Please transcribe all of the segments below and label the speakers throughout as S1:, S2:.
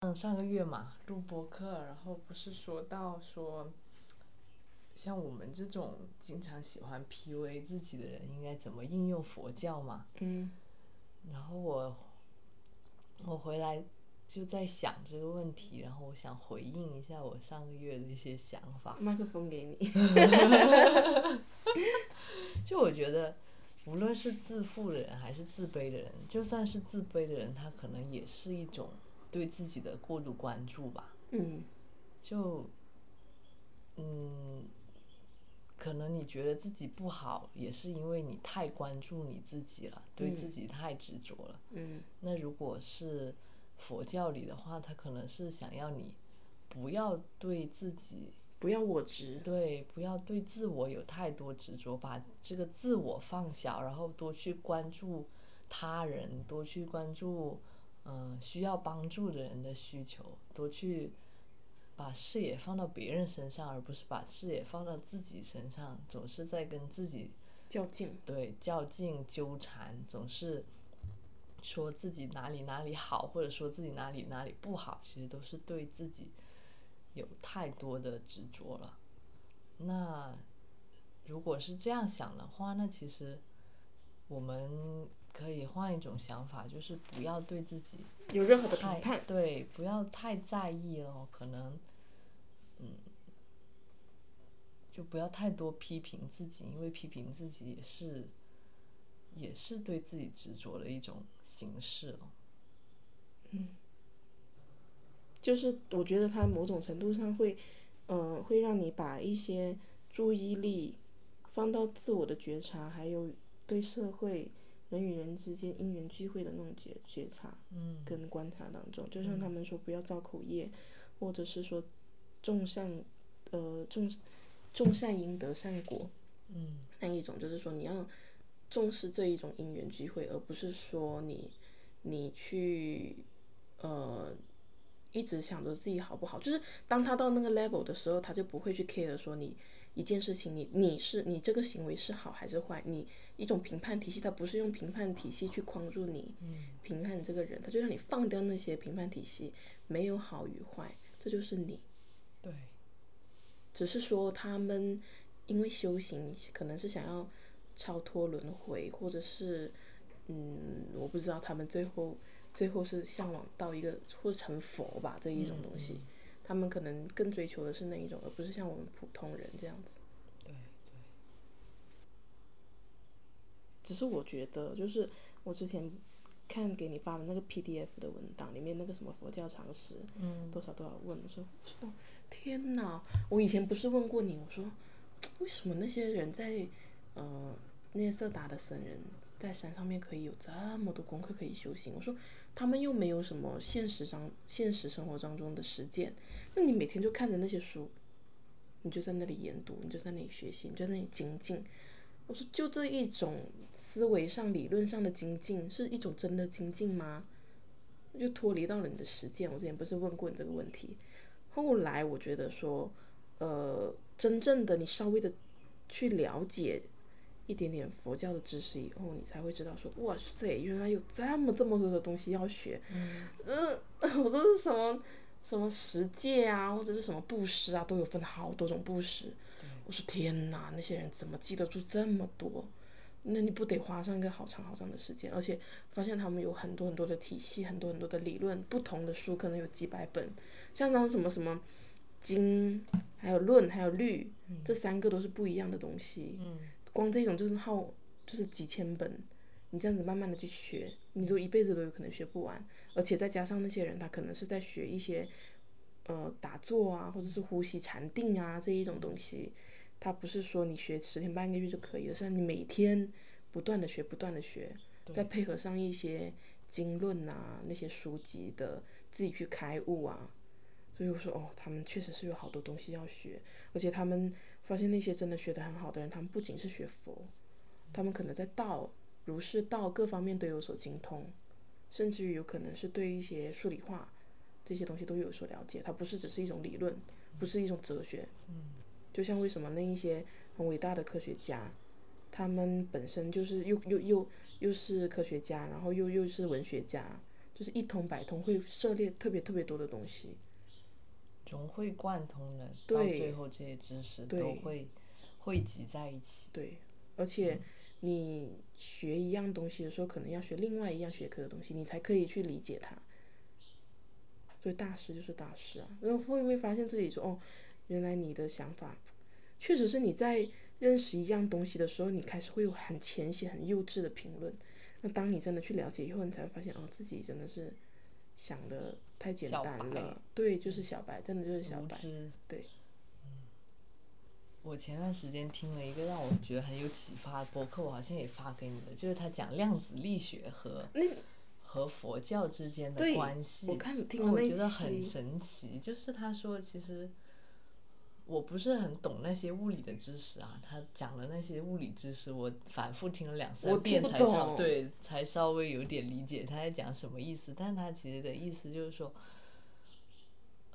S1: 嗯，上个月嘛录播客，然后不是说到说，像我们这种经常喜欢 PUA 自己的人，应该怎么应用佛教嘛？
S2: 嗯
S1: 然后我我回来就在想这个问题，然后我想回应一下我上个月的一些想法。
S2: 麦克风给你。
S1: 就我觉得，无论是自负的人还是自卑的人，就算是自卑的人，他可能也是一种对自己的过度关注吧。
S2: 嗯
S1: 就，嗯，可能你觉得自己不好，也是因为你太关注你自己了，对自己太执着了。
S2: 嗯
S1: 那如果是佛教里的话，他可能是想要你不要对自己，
S2: 不要我执。
S1: 对，不要对自我有太多执着，把这个自我放小，然后多去关注他人，多去关注嗯、呃需要帮助的人的需求，多去把视野放到别人身上，而不是把视野放到自己身上，总是在跟自己
S2: 较劲。
S1: 对较劲纠缠，总是说自己哪里哪里好，或者说自己哪里哪里不好，其实都是对自己有太多的执着了。那如果是这样想的话，那其实我们可以换一种想法，就是不要对自己
S2: 有任何的
S1: 太
S2: 评判。
S1: 对，不要太在意哦，可能，嗯，就不要太多批评自己，因为批评自己也是，也是对自己执着的一种形式哦。
S2: 就是我觉得它某种程度上会，嗯、会让你把一些注意力放到自我的觉察，还有对社会人与人之间因缘聚会的那种觉觉察
S1: 嗯
S2: 跟观察当中。就像他们说不要造口业，或者是说种善，呃，种种善因得善果。
S1: 嗯
S2: 那一种就是说你要重视这一种因缘聚会，而不是说你你去呃一直想着自己好不好。就是当他到那个 level 的时候，他就不会去 care 说你一件事情你你是你这个行为是好还是坏，你一种评判体系，他不是用评判体系去框住你，评判这个人，他就让你放掉那些评判体系，没有好与坏，这就是你。
S1: 对，
S2: 只是说他们因为修行，可能是想要超脱轮回，或者是嗯，我不知道他们最后最后是向往到一个或成佛吧这一种东西，他们可能更追求的是那一种，而不是像我们普通人这样子。
S1: 对对，
S2: 只是我觉得，就是我之前看给你发的那个 PDF 的文档里面那个什么佛教常识，
S1: 嗯
S2: 多少多少问，我说我说天哪，我以前不是问过你，我说为什么那些人在呃那些色达的僧人在山上面可以有这么多功课可以修行？我说他们又没有什么现实当现实生活当中的实践，那你每天就看着那些书，你就在那里研读，你就在那里学习，你就在那里精进。我说，就这一种思维上、理论上的精进，是一种真的精进吗？就脱离到了你的实践。我之前不是问过你这个问题，后来我觉得说，呃，真正的你稍微的去了解一点点佛教的知识以后，你才会知道说，哇塞，原来有这么这么多的东西要学。嗯、 呃，我说是什么什么十戒啊，或者是什么布施啊，都有分好多种布施。我说天哪，那些人怎么记得住这么多？那你不得花上一个好长好长的时间，而且发现他们有很多很多的体系，很多很多的理论，不同的书可能有几百本，像那种什么什么经，还有论，还有律，这三个都是不一样的东西。
S1: 嗯
S2: 光这种就是耗，就是几千本，你这样子慢慢的去学，你都一辈子都有可能学不完。而且再加上那些人，他可能是在学一些，呃，打坐啊，或者是呼吸禅定啊这一种东西，他不是说你学十天半个月就可以了，是你每天不断的学，不断的学，
S1: 对
S2: 再配合上一些经论啊那些书籍的自己去开悟啊。所以我说哦，他们确实是有好多东西要学，而且他们发现那些真的学得很好的人，他们不仅是学佛，他们可能在道、儒释道各方面都有所精通，甚至于有可能是对一些数理化这些东西都有所了解。它不是只是一种理论，不是一种哲学。就像为什么那一些很伟大的科学家，他们本身就是又又又又是科学家，然后又又是文学家，就是一通百通，会涉猎特别特别多的东西。
S1: 融会贯通的，到
S2: 对
S1: 最后这些知识
S2: 对
S1: 都会汇集在一起。
S2: 对，而
S1: 嗯
S2: 且你学一样东西的时候，可能要学另外一样学科的东西，你才可以去理解它。所以大师就是大师啊！然后会不会发现自己说，哦，原来你的想法，确实是你在认识一样东西的时候，你开始会有很浅显、很幼稚的评论。那当你真的去了解以后，你才会发现，哦，自己真的是想的太简
S1: 小
S2: 单
S1: 白
S2: 了。对，就是小白，真的就是小
S1: 无
S2: 白。
S1: 知。
S2: 对
S1: 嗯。我前段时间听了一个让我觉得很有启发的博客，我好像也发给你了，就是他讲量子力学和
S2: 那
S1: 和佛教之间的
S2: 对
S1: 关系。
S2: 我看你听
S1: 那
S2: 了
S1: 哦我
S2: 哦那一
S1: 觉得很
S2: 期
S1: 神奇，就是他说其实我不是很懂那些物理的知识啊，他讲的那些物理知识，我反复听了两
S2: 我
S1: 三
S2: 听
S1: 遍
S2: 不
S1: 才稍
S2: 懂
S1: 对才稍微有点理解他在讲什么意思，但他其实的意思就是说。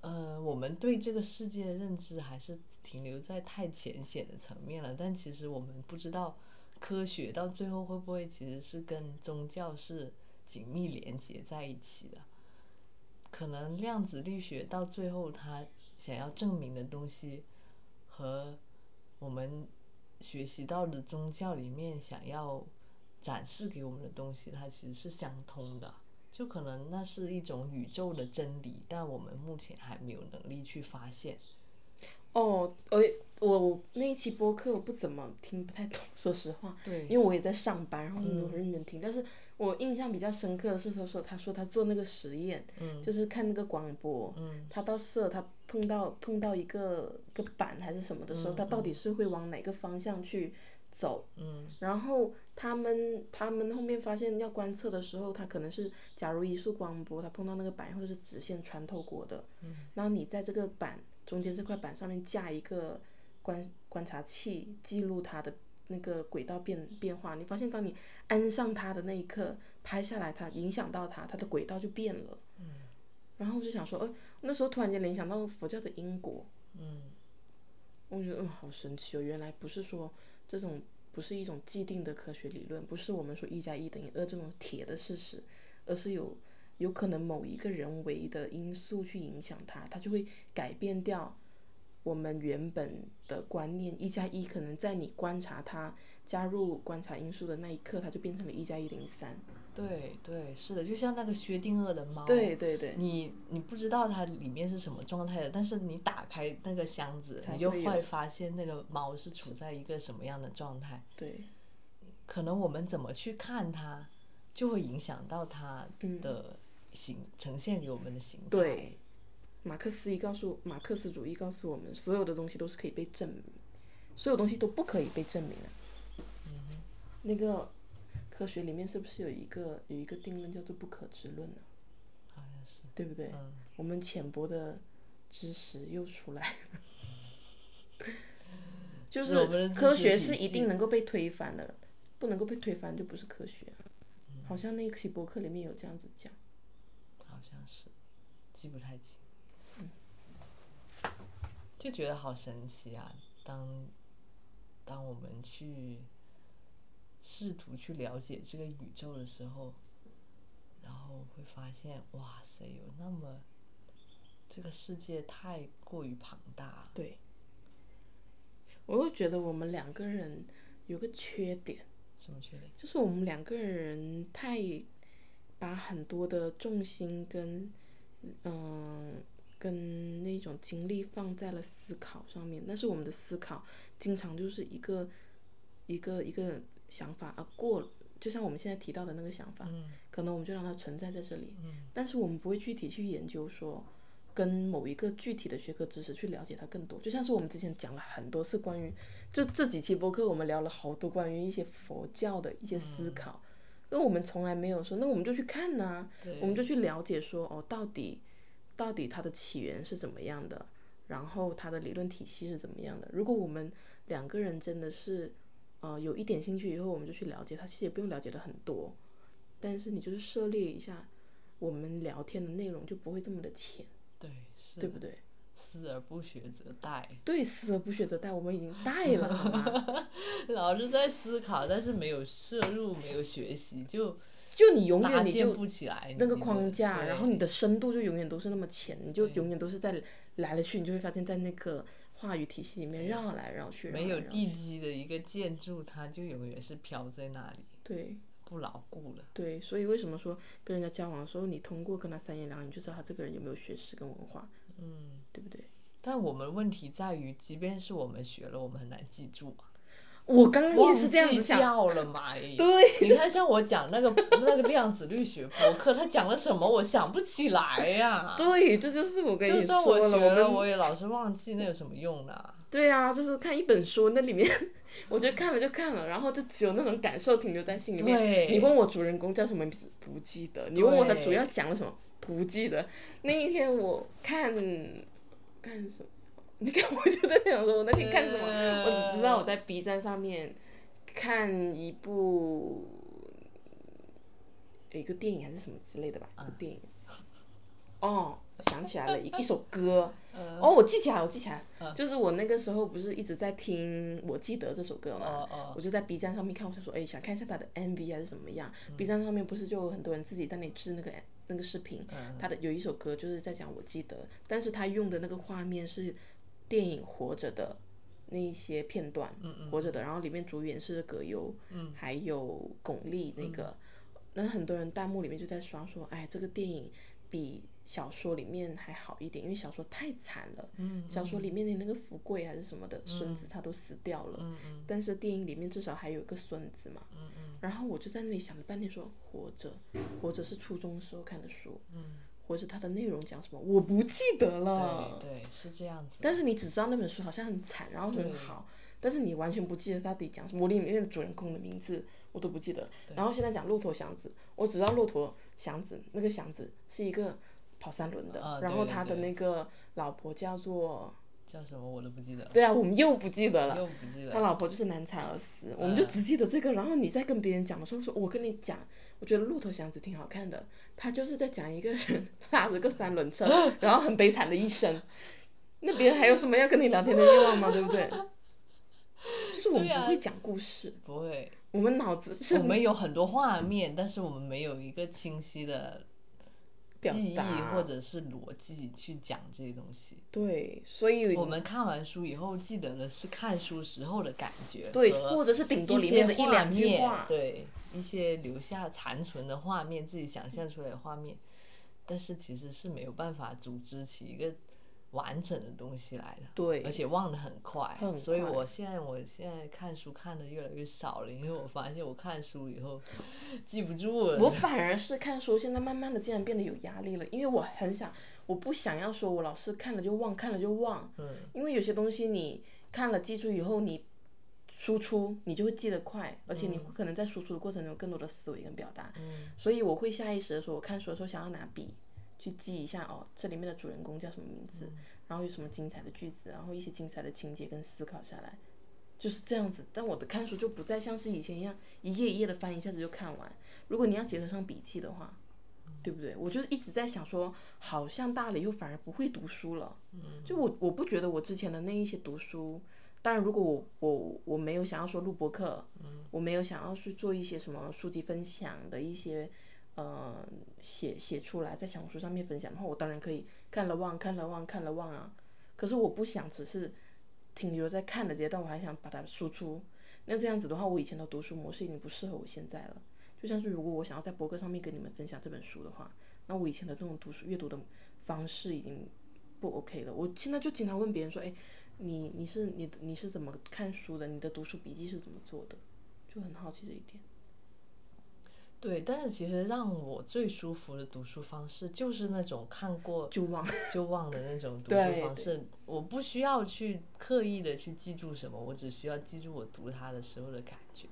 S1: 呃，我们对这个世界的认知还是停留在太浅显的层面了，但其实我们不知道科学到最后会不会其实是跟宗教是紧密连接在一起的。可能量子力学到最后，它想要证明的东西和我们学习到的宗教里面想要展示给我们的东西，它其实是相通的。就可能那是一种宇宙的真理，但我们目前还没有能力去发现。
S2: 哦，我我我那一期播客我不怎么听，不太懂，说实话，因
S1: 对，嗯
S2: 为我也在上班，然后没有认真听。但是我印象比较深刻的是，他说他说他做那个实验，
S1: 嗯
S2: 就是看那个广播，他到色，他碰到碰到一个一个板还是什么的时候，
S1: 嗯
S2: 他到底是会往哪个方向去走？
S1: 嗯
S2: 然后他们他们后面发现要观测的时候，它可能是假如一束光波，它碰到那个板或者是直线穿透过的，
S1: 嗯
S2: 然后你在这个板中间这块板上面架一个观观察器，记录它的那个轨道变变化。你发现当你安上它的那一刻，拍下来它影响到它，它的轨道就变了。然后我就想说，呃，那时候突然间联想到佛教的因果，
S1: 嗯
S2: 我觉得嗯好神奇哦，原来不是说这种不是一种既定的科学理论，不是我们说一加一等于二这种铁的事实，而是有有可能某一个人为的因素去影响它，它就会改变掉我们原本的观念。一加一可能在你观察它加入观察因素的那一刻，它就变成了一加一等于三。
S1: 对对，是的，就像那个薛定谔的猫，
S2: 对对对，
S1: 你你不知道它里面是什么状态的，但是你打开那个箱子，
S2: 才
S1: 你就
S2: 会有
S1: 会发现那个猫是处在一个什么样的状态。
S2: 对，
S1: 可能我们怎么去看它，就会影响到它
S2: 嗯
S1: 的形、呈现给我们的形态。
S2: 对，马克思一告诉马克思主义告诉我们，所有的东西都是可以被证明，所有东西都不可以被证明啊。
S1: 嗯
S2: 那个科学里面是不是有一个有一个定论叫做不可知论呢、
S1: 好像是，
S2: 对不对？
S1: 嗯，
S2: 我们浅薄的知识又出来了， 就
S1: 我们的
S2: 是
S1: 知识
S2: 科学
S1: 体
S2: 是一
S1: 系
S2: 定能够被推翻的，不能够被推翻就不是科学啊、好像那期博客里面有这样子讲。
S1: 好像是，记不太清。
S2: 嗯
S1: 就觉得好神奇啊！当当我们去试图去了解这个宇宙的时候，然后会发现，哇塞，有那么这个世界太过于庞大了。
S2: 对，我又觉得我们两个人有个缺点，
S1: 什么缺点？
S2: 就是我们两个人太把很多的重心跟嗯、跟那种精力放在了思考上面，但是我们的思考经常就是一个一个一个想法啊过，就像我们现在提到的那个想法，
S1: 嗯
S2: 可能我们就让它存在在这里，
S1: 嗯
S2: 但是我们不会具体去研究说跟某一个具体的学科知识去了解它更多。就像是我们之前讲了很多次关于，就这几期播客我们聊了好多关于一些佛教的一些思考，那、我们从来没有说，那我们就去看呐、
S1: 对
S2: 我们就去了解说哦，到底到底它的起源是怎么样的，然后它的理论体系是怎么样的。如果我们两个人真的是呃有一点兴趣以后，我们就去了解它，其实也不用了解的很多，但是你就是涉猎一下，我们聊天的内容就不会这么的浅，
S1: 对，是
S2: 对
S1: 的
S2: 不对？
S1: 思而不学则殆。
S2: 对，死而不学则殆，我们已经殆了， 好吗？
S1: 老是在思考，但是没有摄入，没有学习，就
S2: 就你永
S1: 搭
S2: 远你
S1: 建
S2: 就
S1: 不起来
S2: 那个
S1: 你的
S2: 框架，
S1: 对
S2: 然后你的深度就永远都是那么浅，你就永远都是在来来去，你就会发现在那个话语体系里面绕来绕去，
S1: 没
S2: 绕
S1: 有
S2: 来绕
S1: 地基的一个建筑，它就永远是飘在那里，
S2: 对
S1: 不牢固了。
S2: 对，所以为什么说跟人家交往的时候，你通过跟他三言两语就知道他这个人有没有学识跟文化，
S1: 嗯，
S2: 对不对？
S1: 但我们问题在于，即便是我们学了，我们很难记住啊。
S2: 我刚刚
S1: 忘
S2: 也是这样子
S1: 记
S2: 想，
S1: 掉了嘛？哎
S2: 对，
S1: 你看像我讲那个那个量子力学博客，他讲了什么，我想不起来呀、
S2: 对，这就是我跟
S1: 就
S2: 你说
S1: 算我学
S2: 了，
S1: 了，
S2: 我
S1: 我
S2: 们
S1: 也老是忘记，那有什么用呢？
S2: 对啊，就是看一本书，那里面 我觉得看了就看了，然后就只有那种感受停留在心里面。
S1: 对
S2: 你问我主人公叫什么名字，不记得；你问我他
S1: 对
S2: 主要讲了什么，不记得。那一天我看看什么？ 你看，我就在想说，我那天看什么？
S1: 呃
S2: 我只知道我在 B 站上面看一部一个电影还是什么之类的吧，
S1: 啊
S2: 一个电影。哦，想起来了，一一首歌。
S1: 嗯
S2: 哦，我记起来了，我记起来了，就是我那个时候不是一直在听《我记得》这首歌嘛，
S1: 哦哦
S2: 我就在 B 站上面看，我想说，哎，想看一下它的 MV 还是怎么样。B 站上面不是就有很多人自己在那里制那个那个视频，
S1: 嗯
S2: 他的有一首歌就是在讲我记得，但是他用的那个画面是电影《活着》的那一些片段，活着的，然后里面主演是葛优，还有巩俐那个，那很多人弹幕里面就在刷说，哎，这个电影比小说里面还好一点，因为小说太惨了，小说里面的那个富贵还是什么的孙子他都死掉了，但是电影里面至少还有一个孙子嘛，然后我就在那里想了半天说，活着，活着是初中时候看的书，活着它的内容讲什么我不记得了，
S1: 对对，是这样子。
S2: 但是你只知道那本书好像很惨，然后很好，但是你完全不记得到底讲什么。我里面的主人公的名字我都不记得。然后现在讲骆驼祥子，我只知道骆驼祥子那个祥子是一个跑三轮的，
S1: 啊
S2: 然后
S1: 对对
S2: 他的
S1: 对
S2: 那个老婆叫做，
S1: 叫什么我都不记得了，
S2: 对啊，我们又不记得了。
S1: 又不记得
S2: 他
S1: 了。
S2: 老婆就是难产而死，我们就只记得这个。然后你在跟别人讲的时候说，我跟你讲，我觉得《骆驼祥子》挺好看的，他就是在讲一个人拉着个三轮车，然后很悲惨的一生。那别人还有什么要跟你聊天的欲望吗？对不对？就是我们
S1: 对啊
S2: 不会讲故事，
S1: 不会，
S2: 我们脑子是
S1: 我们有很多画面，但是我们没有一个清晰的
S2: 表
S1: 记忆
S2: 达
S1: 或者是逻辑去讲这些东西。
S2: 对，所以
S1: 我们看完书以后记得的是看书时候的感觉，
S2: 对，
S1: 和
S2: 或者是顶多
S1: 一
S2: 里
S1: 些
S2: 面的一
S1: 画
S2: 两句
S1: 面
S2: 话，
S1: 对一些留下残存的画面，自己想象出来的画面，但是其实是没有办法组织起一个完整的东西来的。
S2: 对
S1: 而且忘得很快，
S2: 很
S1: 所以
S2: 快
S1: 我现在我现在看书看的越来越少了，因为我发现我看书以 后记不住
S2: 我
S1: 了。
S2: 反而是看书，现在慢慢的竟然变得有压力了，因为我很想，我不想要说我老是看了就忘，看了就忘，
S1: 嗯，
S2: 因为有些东西你看了记住以后，你输出你就会记得快，而且你可能在输出的过程中有更多的思维跟表达，所以我会下意识的说，我看书的时候想要拿笔去记一下哦，这里面的主人公叫什么名字，然后有什么精彩的句子，然后一些精彩的情节跟思考下来。就是这样子，但我的看书就不再像是以前一样一页一页的翻，一下子就看完。如果你要结合上笔记的话，对不对？我就一直在想说，好像大了以后反而不会读书了。就我我不觉得我之前的那一些读书，当然如果我我我没有想要说录播课，我没有想要去做一些什么书籍分享的一些。呃，写写出来在小红书上面分享的话，我当然可以看了忘，看了忘，看了忘啊。可是我不想只是停留在看的阶段，我还想把它输出。那这样子的话，我以前的读书模式已经不适合我现在了。就像是如果我想要在博客上面跟你们分享这本书的话，那我以前的那种读书阅读的方式已经不 OK 了。我现在就经常问别人说：“哎，你你是你你是怎么看书的？你的读书笔记是怎么做的？”就很好奇这一点。
S1: 对，但是其实让我最舒服的读书方式就是那种看过
S2: 就忘
S1: 就忘的那种读
S2: 对
S1: 书方式。我不需要去刻意的去记住什么，我只需要记住我读它的时候的感觉。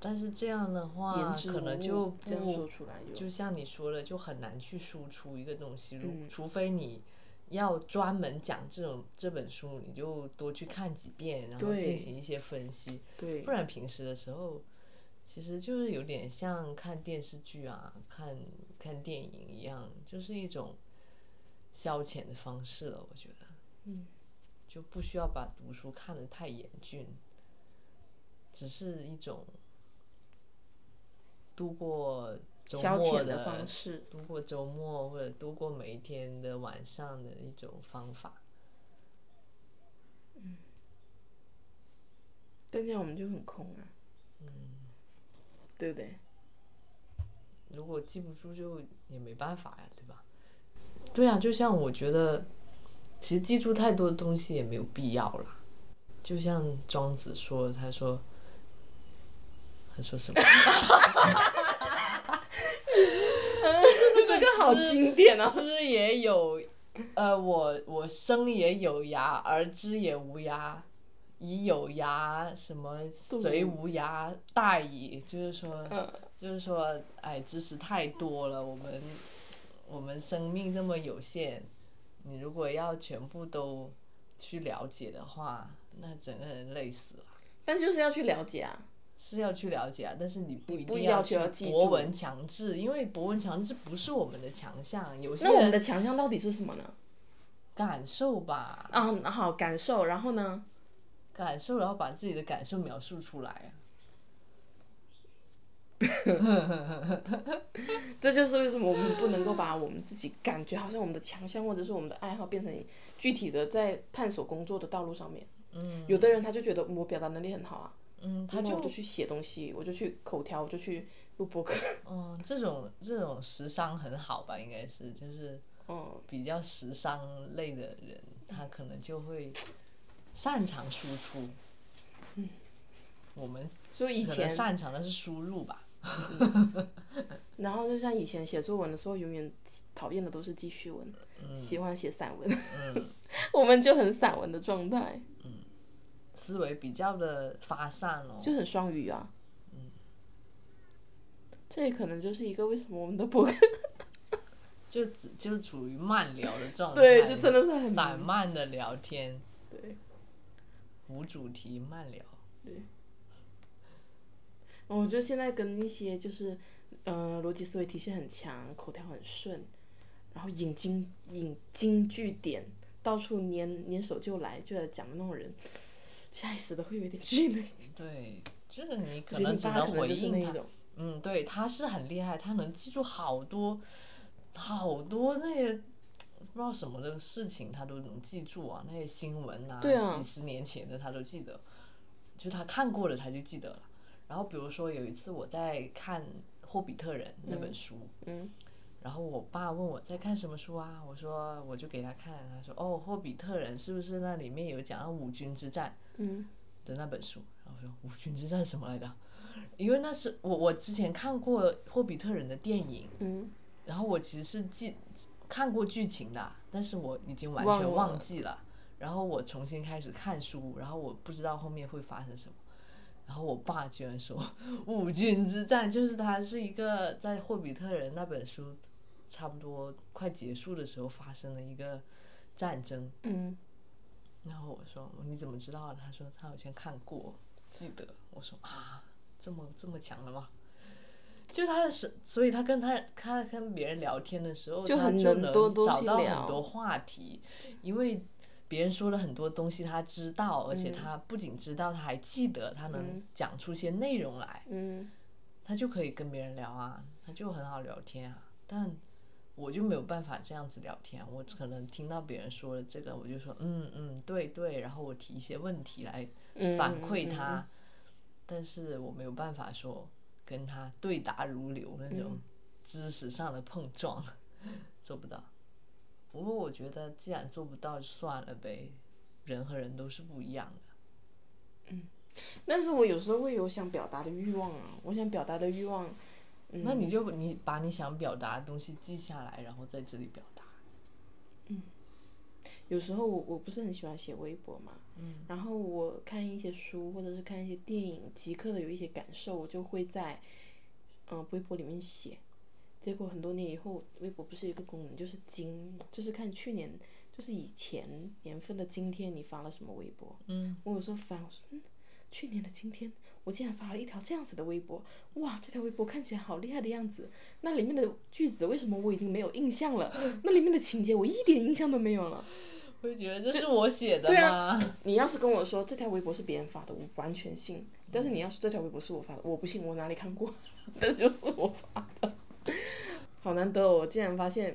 S1: 但是这样的
S2: 言
S1: 话，
S2: 之
S1: 可能
S2: 无
S1: 就
S2: 物这样说
S1: 不
S2: 出来就
S1: 就像你说的，就很难去输出一个东西。如
S2: 嗯
S1: 除非你要专门讲这种这本书，你就多去看几遍，然后
S2: 对
S1: 进行一些分析。
S2: 对
S1: 不然平时的时候，其实就是有点像看电视剧啊、看看电影一样，就是一种消遣的方式了。我觉得，
S2: 嗯，
S1: 就不需要把读书看得太严峻，只是一种度过周
S2: 消
S1: 末
S2: 遣的方式，
S1: 度过周末或者度过每一天的晚上的一种方法。
S2: 但这样我们就很空啊，嗯，对不对？
S1: 如果记不住就也没办法呀，对吧？对啊，就像我觉得，其实记住太多的东西也没有必要啦。就像庄子说，他说，他说什么？
S2: 这个好经典 啊！
S1: 知也有，呃，我我生也有涯，而知也无涯，以有涯什么随无涯大矣。就是说，
S2: 嗯
S1: 就是说，哎，知识太多了，我们我们生命这么有限，你如果要全部都去了解的话，那整个人累死了。
S2: 但就是要去了解啊，
S1: 是要去了解啊，但是你不一
S2: 不
S1: 定
S2: 要
S1: 去
S2: 求要记
S1: 博
S2: 住
S1: 文强制，因为博文强制不是我们的强项，有些
S2: 那我们
S1: 人
S2: 的强项到底是什么呢？
S1: 感受吧，
S2: 啊，好感受，然后呢？
S1: 感受，然后把自己的感受描述出来啊。
S2: 这就是为什么我们不能够把我们自己感觉好像我们的强项或者是我们的爱好变成具体的在探索工作的道路上面。嗯，有的人他就觉得我表达能力很好啊，
S1: 嗯，他
S2: 那
S1: 就
S2: 我就去写东西，我就去口条，我就去录播 客。
S1: 嗯，这种这种时尚很好吧，应该是就是
S2: 嗯，
S1: 比较时尚类的人，他可能就会擅长输出。嗯，我们
S2: 所以以
S1: 可能
S2: 前，
S1: 擅长的是输入吧。
S2: 然后就像以前写作文的时候，永远讨厌的都是记叙文，喜欢写散文。 我们就很散文的状态，
S1: 思维比较的发散咯，
S2: 就很双语啊。这也可能就是一个为什么我们的博客
S1: 就只就处于慢聊的状态，
S2: 对，就真的是很
S1: 散漫的聊天，
S2: 对。
S1: 无主题慢聊。
S2: 我就现在跟一些就是，呃，逻辑思维体系很强，口条很顺，然后引经引经据典，到处粘粘手就来就来讲的那种人，下意识的会有一点 距离。
S1: 对，就是你可
S2: 我觉得
S1: 能
S2: 你
S1: 只
S2: 爸可能
S1: 回
S2: 就是
S1: 应
S2: 那
S1: 他
S2: 一种，
S1: 嗯，对，他是很厉害，他能记住好多好多那些不知道什么的事情，他都能记住啊，那些新闻啊，
S2: 对啊
S1: 几十年前的他都记得，就他看过的他就记得了。然后比如说有一次我在看《霍比特人》那本书，
S2: 嗯，
S1: 然后我爸问我在看什么书啊，我说我就给他看，他说哦，《霍比特人》是不是那里面有讲到五军之战？
S2: 嗯，
S1: 的那本书，然后我说《五军之战》什么来着？因为那是我我之前看过《霍比特人》的电影，
S2: 嗯，
S1: 然后我其实是记看过剧情的，但是我已经完
S2: 忘
S1: 全
S2: 了
S1: 忘记了。然后我重新开始看书，然后我不知道后面会发生什么。然后我爸居然说，五军之战就是它是一个在《霍比特人》那本书差不多快结束的时候发生了一个战争。
S2: 嗯，
S1: 然后我说你怎么知道的？他说他好像看过，记得。我说啊，这么这么强的吗？就他是，所以他跟他他跟别人聊天的时候，
S2: 就很
S1: 他
S2: 能
S1: 能
S2: 多多
S1: 找
S2: 去
S1: 到很
S2: 聊
S1: 多话题，因为别人说了很多东西他知道，而且他不仅知道，他还记得，他能讲出些内容来。
S2: 嗯，
S1: 他就可以跟别人聊啊，他就很好聊天啊。但我就没有办法这样子聊天啊，我可能听到别人说了这个，我就说嗯嗯对对，然后我提一些问题来
S2: 嗯
S1: 反馈他，但是我没有办法说跟他对答如流那
S2: 嗯
S1: 种知识上的碰撞， 做不到。不过我觉得既然做不到就算了呗，人和人都是不一样的。
S2: 但是我有时候会有想表达的欲望啊，我想表达的欲望，嗯，
S1: 那你就你把你想表达的东西记下来，然后在这里表达。
S2: 有时候我我不是很喜欢写微博嘛，然后我看一些书或者是看一些电影，即刻的有一些感受，我就会在嗯、呃微博里面写。结果很多年以后，微博不是有一个功能，就是今，就是看去年，就是以前年份的今天你发了什么微博。
S1: 嗯，
S2: 我有时候翻，我说嗯，去年的今天我竟然发了一条这样子的微博，哇，这条微博看起来好厉害的样子。那里 面的句子为什么我已经没有印象了？那里面的情节我一点印象都没有了。
S1: 会觉得这是我写的
S2: 对啊
S1: 吗？
S2: 你要是跟我说这条微博是别人发的，我完全信；但是你要说这条微博是我发的，我不信，我哪里看过？ 这就是我发的，好难得哦！我竟然发现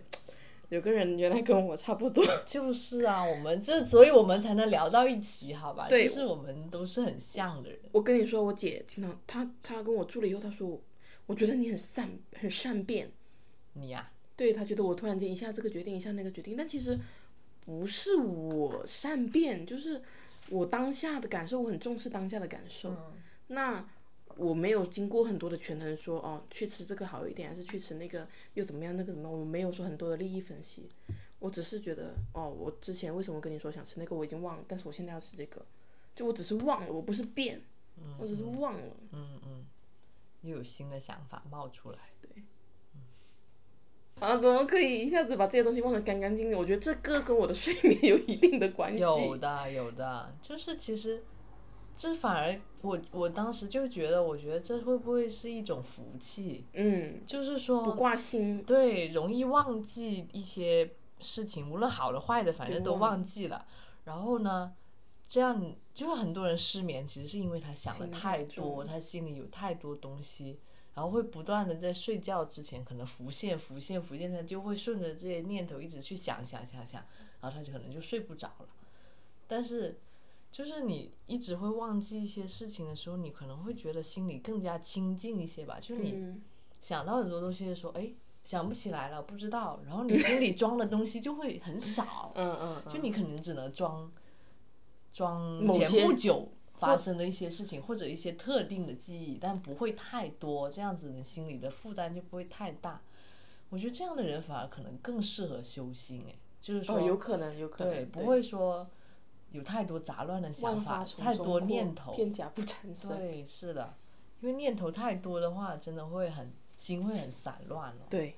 S2: 有个人原来跟我差不多。
S1: 就是啊，我们这，所以我们才能聊到一起，好吧？
S2: 对
S1: 就是我们都是很像的人。
S2: 我跟你说，我姐经常她她跟我住了以后，她说我觉得你很善很善变，
S1: 你啊呀、
S2: 对她觉得我突然间一下这个决定一下那个决定，但其实不是我善变，就是我当下的感受，我很重视当下的感受。那我没有经过很多的权衡说，哦去吃这个好一点，还是去吃那个又怎么样那个怎么样，我没有说很多的利益分析，我只是觉得哦，我之前为什么跟你说想吃那个我已经忘了，但是我现在要吃这个，就我只是忘了，我不是变，我只是
S1: 嗯
S2: 忘了。
S1: 又有新的想法冒出来。
S2: 啊，怎么可以一下子把这些东西忘得干干净净？我觉得这个跟我的睡眠有一定的关系。
S1: 有的，有的，就是其实这反而我我当时就觉得，我觉得这会不会是一种福气？
S2: 嗯，
S1: 就是说，
S2: 不挂心，
S1: 对，容易忘记一些事情，无论好的坏的，反正
S2: 对
S1: 都
S2: 忘
S1: 忘记了。然后呢，这样就是很多人失眠，其实是因为他想的
S2: 心
S1: 太
S2: 太
S1: 多，
S2: 重
S1: 他心里有太多东西，然后会不断的在睡觉之前可能浮现、浮现、浮现，他就会顺着这些念头一直去想、想、想、想，然后他就可能就睡不着了。但是。就是你一直会忘记一些事情的时候，你可能会觉得心里更加清静一些吧。就是你
S2: 嗯，
S1: 想到很多东西的时候，哎，想不起来了，不知道，然后你心 里装的东西就会很少，
S2: 嗯嗯，嗯
S1: 就你可能只能装装
S2: 某
S1: 前
S2: 些
S1: 不久发生的一些事情或者一些特定的记忆，但不会太多，这样子你心里的负担就不会太大。我觉得这样的人反而可能更适合修心，哎，就是说，
S2: 哦，有可能，有可能，
S1: 对，不会说有太多杂乱的想
S2: 万
S1: 法，
S2: 花丛
S1: 太
S2: 中
S1: 多
S2: 过
S1: 念头，
S2: 片甲不沾身。
S1: 对，是的，因为念头太多的话，真的会很心会很散乱哦。
S2: 对，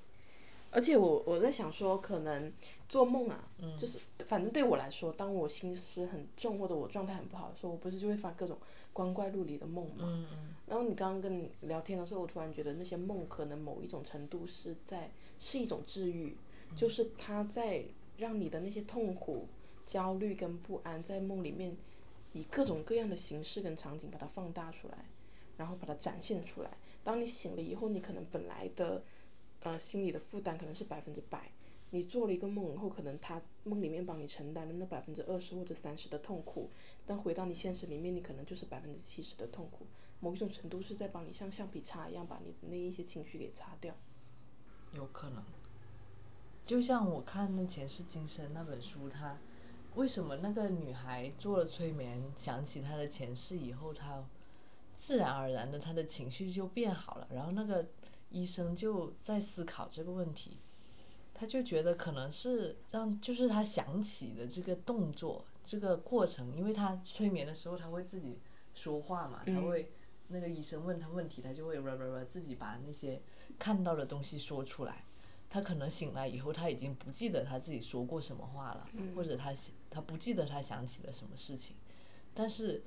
S2: 而且我我在想说，可能做梦啊，就是反正对我来说，当我心思很重或者我状态很不好的时候，我不是就会发各种光怪陆离的梦嘛。
S1: 嗯嗯
S2: 然后你刚刚跟你聊天的时候，我突然觉得那些梦可能某一种程度是在是一种治愈，就是它在让你的那些痛苦、焦虑跟不安在梦里面以各种各样的形式跟场景把它放大出来，然后把它展现出来。当你醒了以后，你可能本来的呃心理的负担可能是百分之百。你做了一个梦以后，可能他梦里面帮你承担了那百分之二十或者三十的痛苦，但回到你现实里面，你可能就是百分之七十的痛苦。某一种程度是在帮你像橡皮擦一样把你的那一些情绪给擦掉。
S1: 有可能。就像我看那《前世今生》那本书，它为什么那个女孩做了催眠，想起她的前世以后，她自然而然的她的情绪就变好了。然后那个医生就在思考这个问题，他就觉得可能是让就是他想起的这个动作这个过程，因为他催眠的时候他会自己说话嘛，他
S2: 嗯
S1: 会、那个医生问他问题，他就会叭叭叭自己把那些看到的东西说出来。他可能醒来以后，他已经不记得他自己说过什么话了，或者他想他不记得他想起了什么事情，但是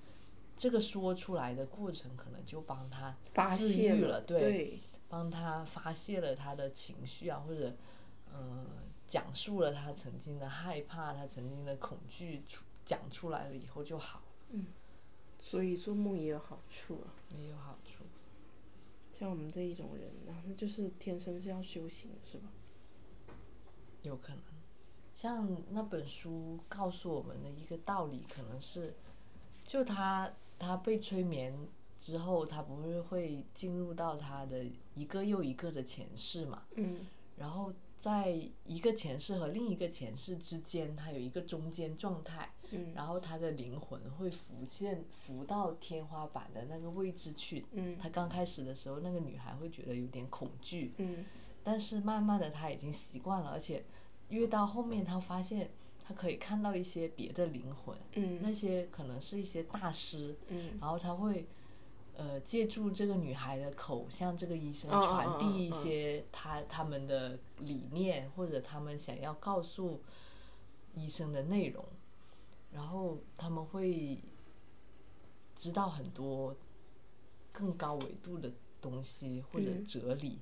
S1: 这个说出来的过程可能就帮他
S2: 发
S1: 治
S2: 泄
S1: 愈
S2: 了
S1: 了，
S2: 对，
S1: 帮他发泄了他的情绪啊，或者呃讲述了他曾经的害怕，他曾经的恐惧出讲出来了以后就好，
S2: 所以做梦也有好处啊。
S1: 也有好处。
S2: 像我们这一种人啊，那就是天生是要修行的，是吧？
S1: 有可能。像那本书告诉我们的一个道理，可能是，就他他被催眠之后，他不是会进入到他的一个又一个的前世嘛？
S2: 嗯
S1: 然后在一个前世和另一个前世之间，他有一个中间状态，
S2: 嗯
S1: 然后他的灵魂会浮现浮到天花板的那个位置去。
S2: 嗯
S1: 他刚开始的时候，那个女孩会觉得有点恐惧，
S2: 嗯
S1: 但是慢慢的他已经习惯了，而且越到后面他发现他可以看到一些别的灵魂，
S2: 嗯
S1: 那些可能是一些大师，
S2: 嗯，
S1: 然后他会呃借助这个女孩的口向这个医生
S2: 嗯嗯嗯
S1: 传
S2: 嗯
S1: 递一
S2: 嗯
S1: 些他他们的理念或者他
S2: 嗯
S1: 们想要告诉医生的内容，然后他们会知道很多更高维度的东西或者
S2: 嗯
S1: 哲理。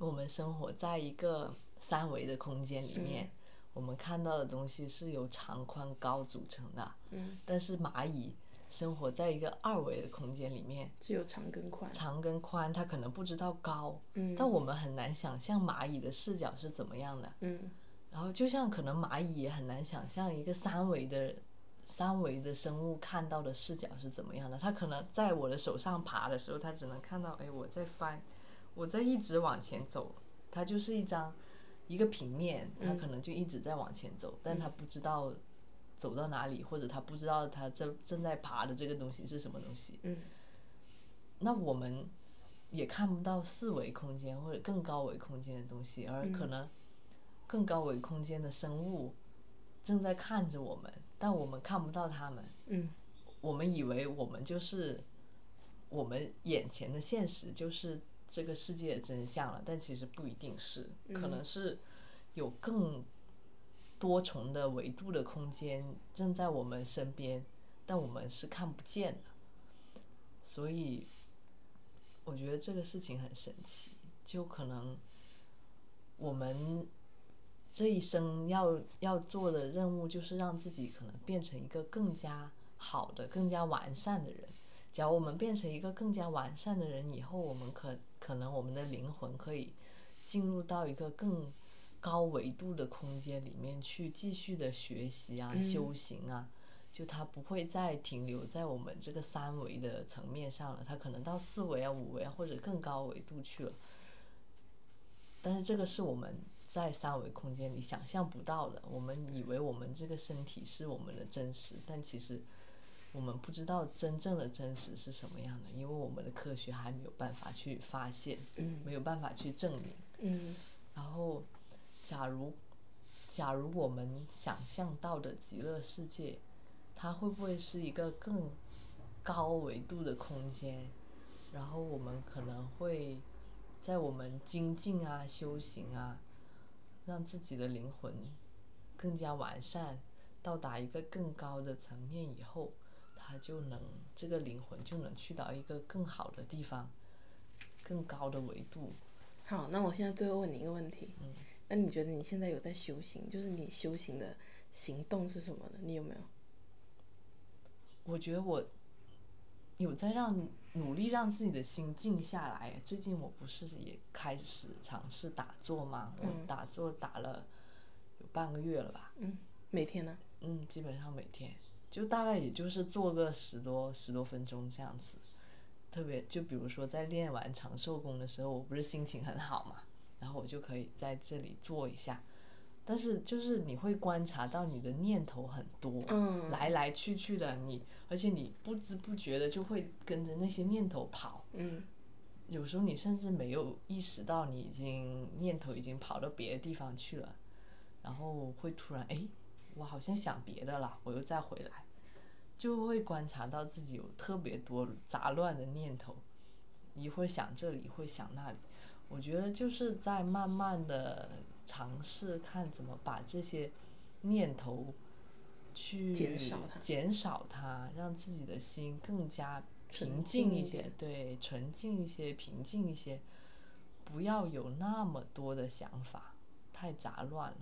S1: 我们生活在一个三维的空间里面，我们看到的东西是由长、宽、高组成的。
S2: 嗯，
S1: 但是蚂蚁生活在一个二维的空间里面，
S2: 只有长跟宽，
S1: 长跟宽它可能不知道高，
S2: 嗯，
S1: 但我们很难想象蚂蚁的视角是怎么样的。
S2: 嗯
S1: 然后就像可能蚂蚁也很难想象一个三维的三维的生物看到的视角是怎么样的。它可能在我的手上爬的时候，它只能看到，哎，我在翻，我在一直往前走，它就是一张一个平面，它可能就一直在往前走，但它不知道走到哪里，或者它不知道它正正在爬的这个东西是什么东西。
S2: 嗯
S1: 那我们也看不到四维空间或者更高维空间的东西，而可能更高维空间的生物正在看着我们，但我们看不到它们。
S2: 嗯
S1: 我们以为我们就是我们眼前的现实，就是这个世界的真相了，但其实不一定是，可能是有更多重的维度的空间正在我们身边，但我们是看不见的。所以，我觉得这个事情很神奇，就可能我们这一生要要做的任务就是让自己可能变成一个更加好的、更加完善的人。只要我们变成一个更加完善的人以后，我们可可能我们的灵魂可以进入到一个更高维度的空间里面去，继续的学习啊、修行啊。就它不会再停留在我们这个三维的层面上了，它可能到四维啊、五维啊或者更高维度去了。但是这个是我们在三维空间里想象不到的。我们以为我们这个身体是我们的真实，但其实我们不知道真正的真实是什么样的，因为我们的科学还没有办法去发现，
S2: 嗯
S1: 没有办法去证明。
S2: 嗯
S1: 然后，假如假如我们想象到的极乐世界，它会不会是一个更高维度的空间？然后我们可能会在我们精进啊、修行啊，让自己的灵魂更加完善，到达一个更高的层面以后，它就能这个灵魂就能去到一个更好的地方，更高的维度。
S2: 好，那我现在最后问你一个问题，
S1: 嗯
S2: 那你觉得你现在有在修行，就是你修行的行动是什么呢？你有没有？
S1: 我觉得我有在让努力让自己的心静下来。最近我不是也开始尝试打坐嘛？我打坐打了有半个月了吧？
S2: 嗯，每天呢？
S1: 嗯，基本上每天就大概也就是做个十多十多分钟这样子。特别就比如说在练完长寿功的时候，我不是心情很好嘛，然后我就可以在这里做一下。但是就是你会观察到你的念头很多，
S2: 嗯
S1: 来来去去的你，而且你不知不觉的就会跟着那些念头跑。
S2: 嗯
S1: 有时候你甚至没有意识到你已经念头已经跑到别的地方去了，然后会突然哎，我好像想别的了，我又再回来，就会观察到自己有特别多杂乱的念头，一会儿想这里，一会儿想那里。我觉得就是在慢慢的尝试看怎么把这些念头去
S2: 减少它
S1: 减少它，让自己的心更加平
S2: 纯
S1: 静
S2: 净
S1: 一
S2: 一
S1: 些
S2: 点，
S1: 对，纯净一些，平静一些，不要有那么多的想法，太杂乱了。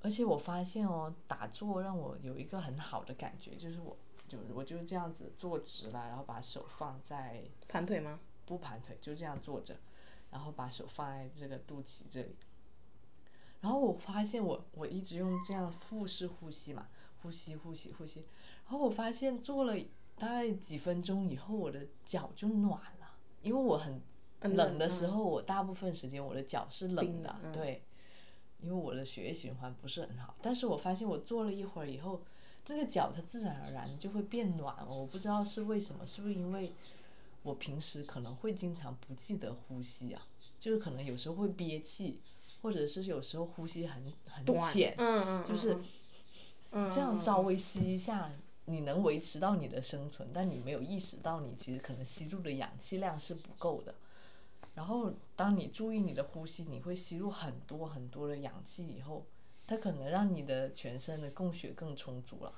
S1: 而且我发现哦，打坐让我有一个很好的感觉，就是我就我就这样子坐直了，然后把手放在
S2: 盘腿吗？
S1: 不盘腿，就这样坐着，然后把手放在这个肚脐这里。然后我发现我我一直用这样腹式呼吸嘛，呼吸呼吸呼吸，然后我发现做了大概几分钟以后，我的脚就暖了，因为我很
S2: 嗯
S1: 冷的时候，我大部分时间我的脚是冷
S2: 冰
S1: 的
S2: 的，嗯
S1: 对，因为我的血液循环不是很好。但是我发现我坐了一会儿以后，那个脚它自然而然就会变暖了。我不知道是为什么，是不是因为我平时可能会经常不记得呼吸啊，就是可能有时候会憋气，或者是有时候呼吸很很
S2: 短
S1: 浅，
S2: 嗯嗯，
S1: 就是
S2: 嗯
S1: 这样稍微吸一下，你能维持到你的生存，但你没有意识到你其实可能吸入的氧气量是不够的。然后当你注意你的呼吸，你会吸入很多很多的氧气以后，它可能让你的全身的供血更充足了，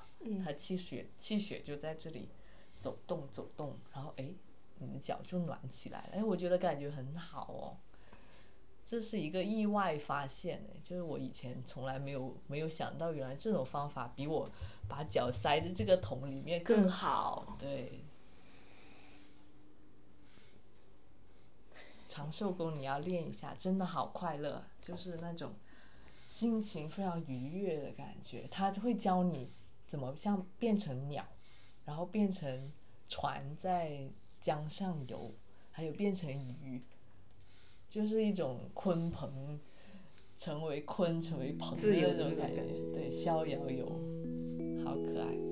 S1: 它气血气血就在这里走动走动，然后哎，你的脚就暖起来了，哎，我觉得感觉很好哦。这是一个意外发现诶，就是我以前从来没有没有想到，原来这种方法比我把脚塞在这个桶里面更
S2: 更
S1: 好。
S2: 好
S1: 对，长寿功你要练一下，真的好快乐，就是那种心情非常愉悦的感觉。它会教你怎么像变成鸟，然后变成船在江上游，还有变成鱼，就是一种鲲鹏，成为鲲，成为鹏的
S2: 自由
S1: 那
S2: 的
S1: 种
S2: 那种
S1: 感
S2: 感
S1: 觉，对，逍遥游，好可爱。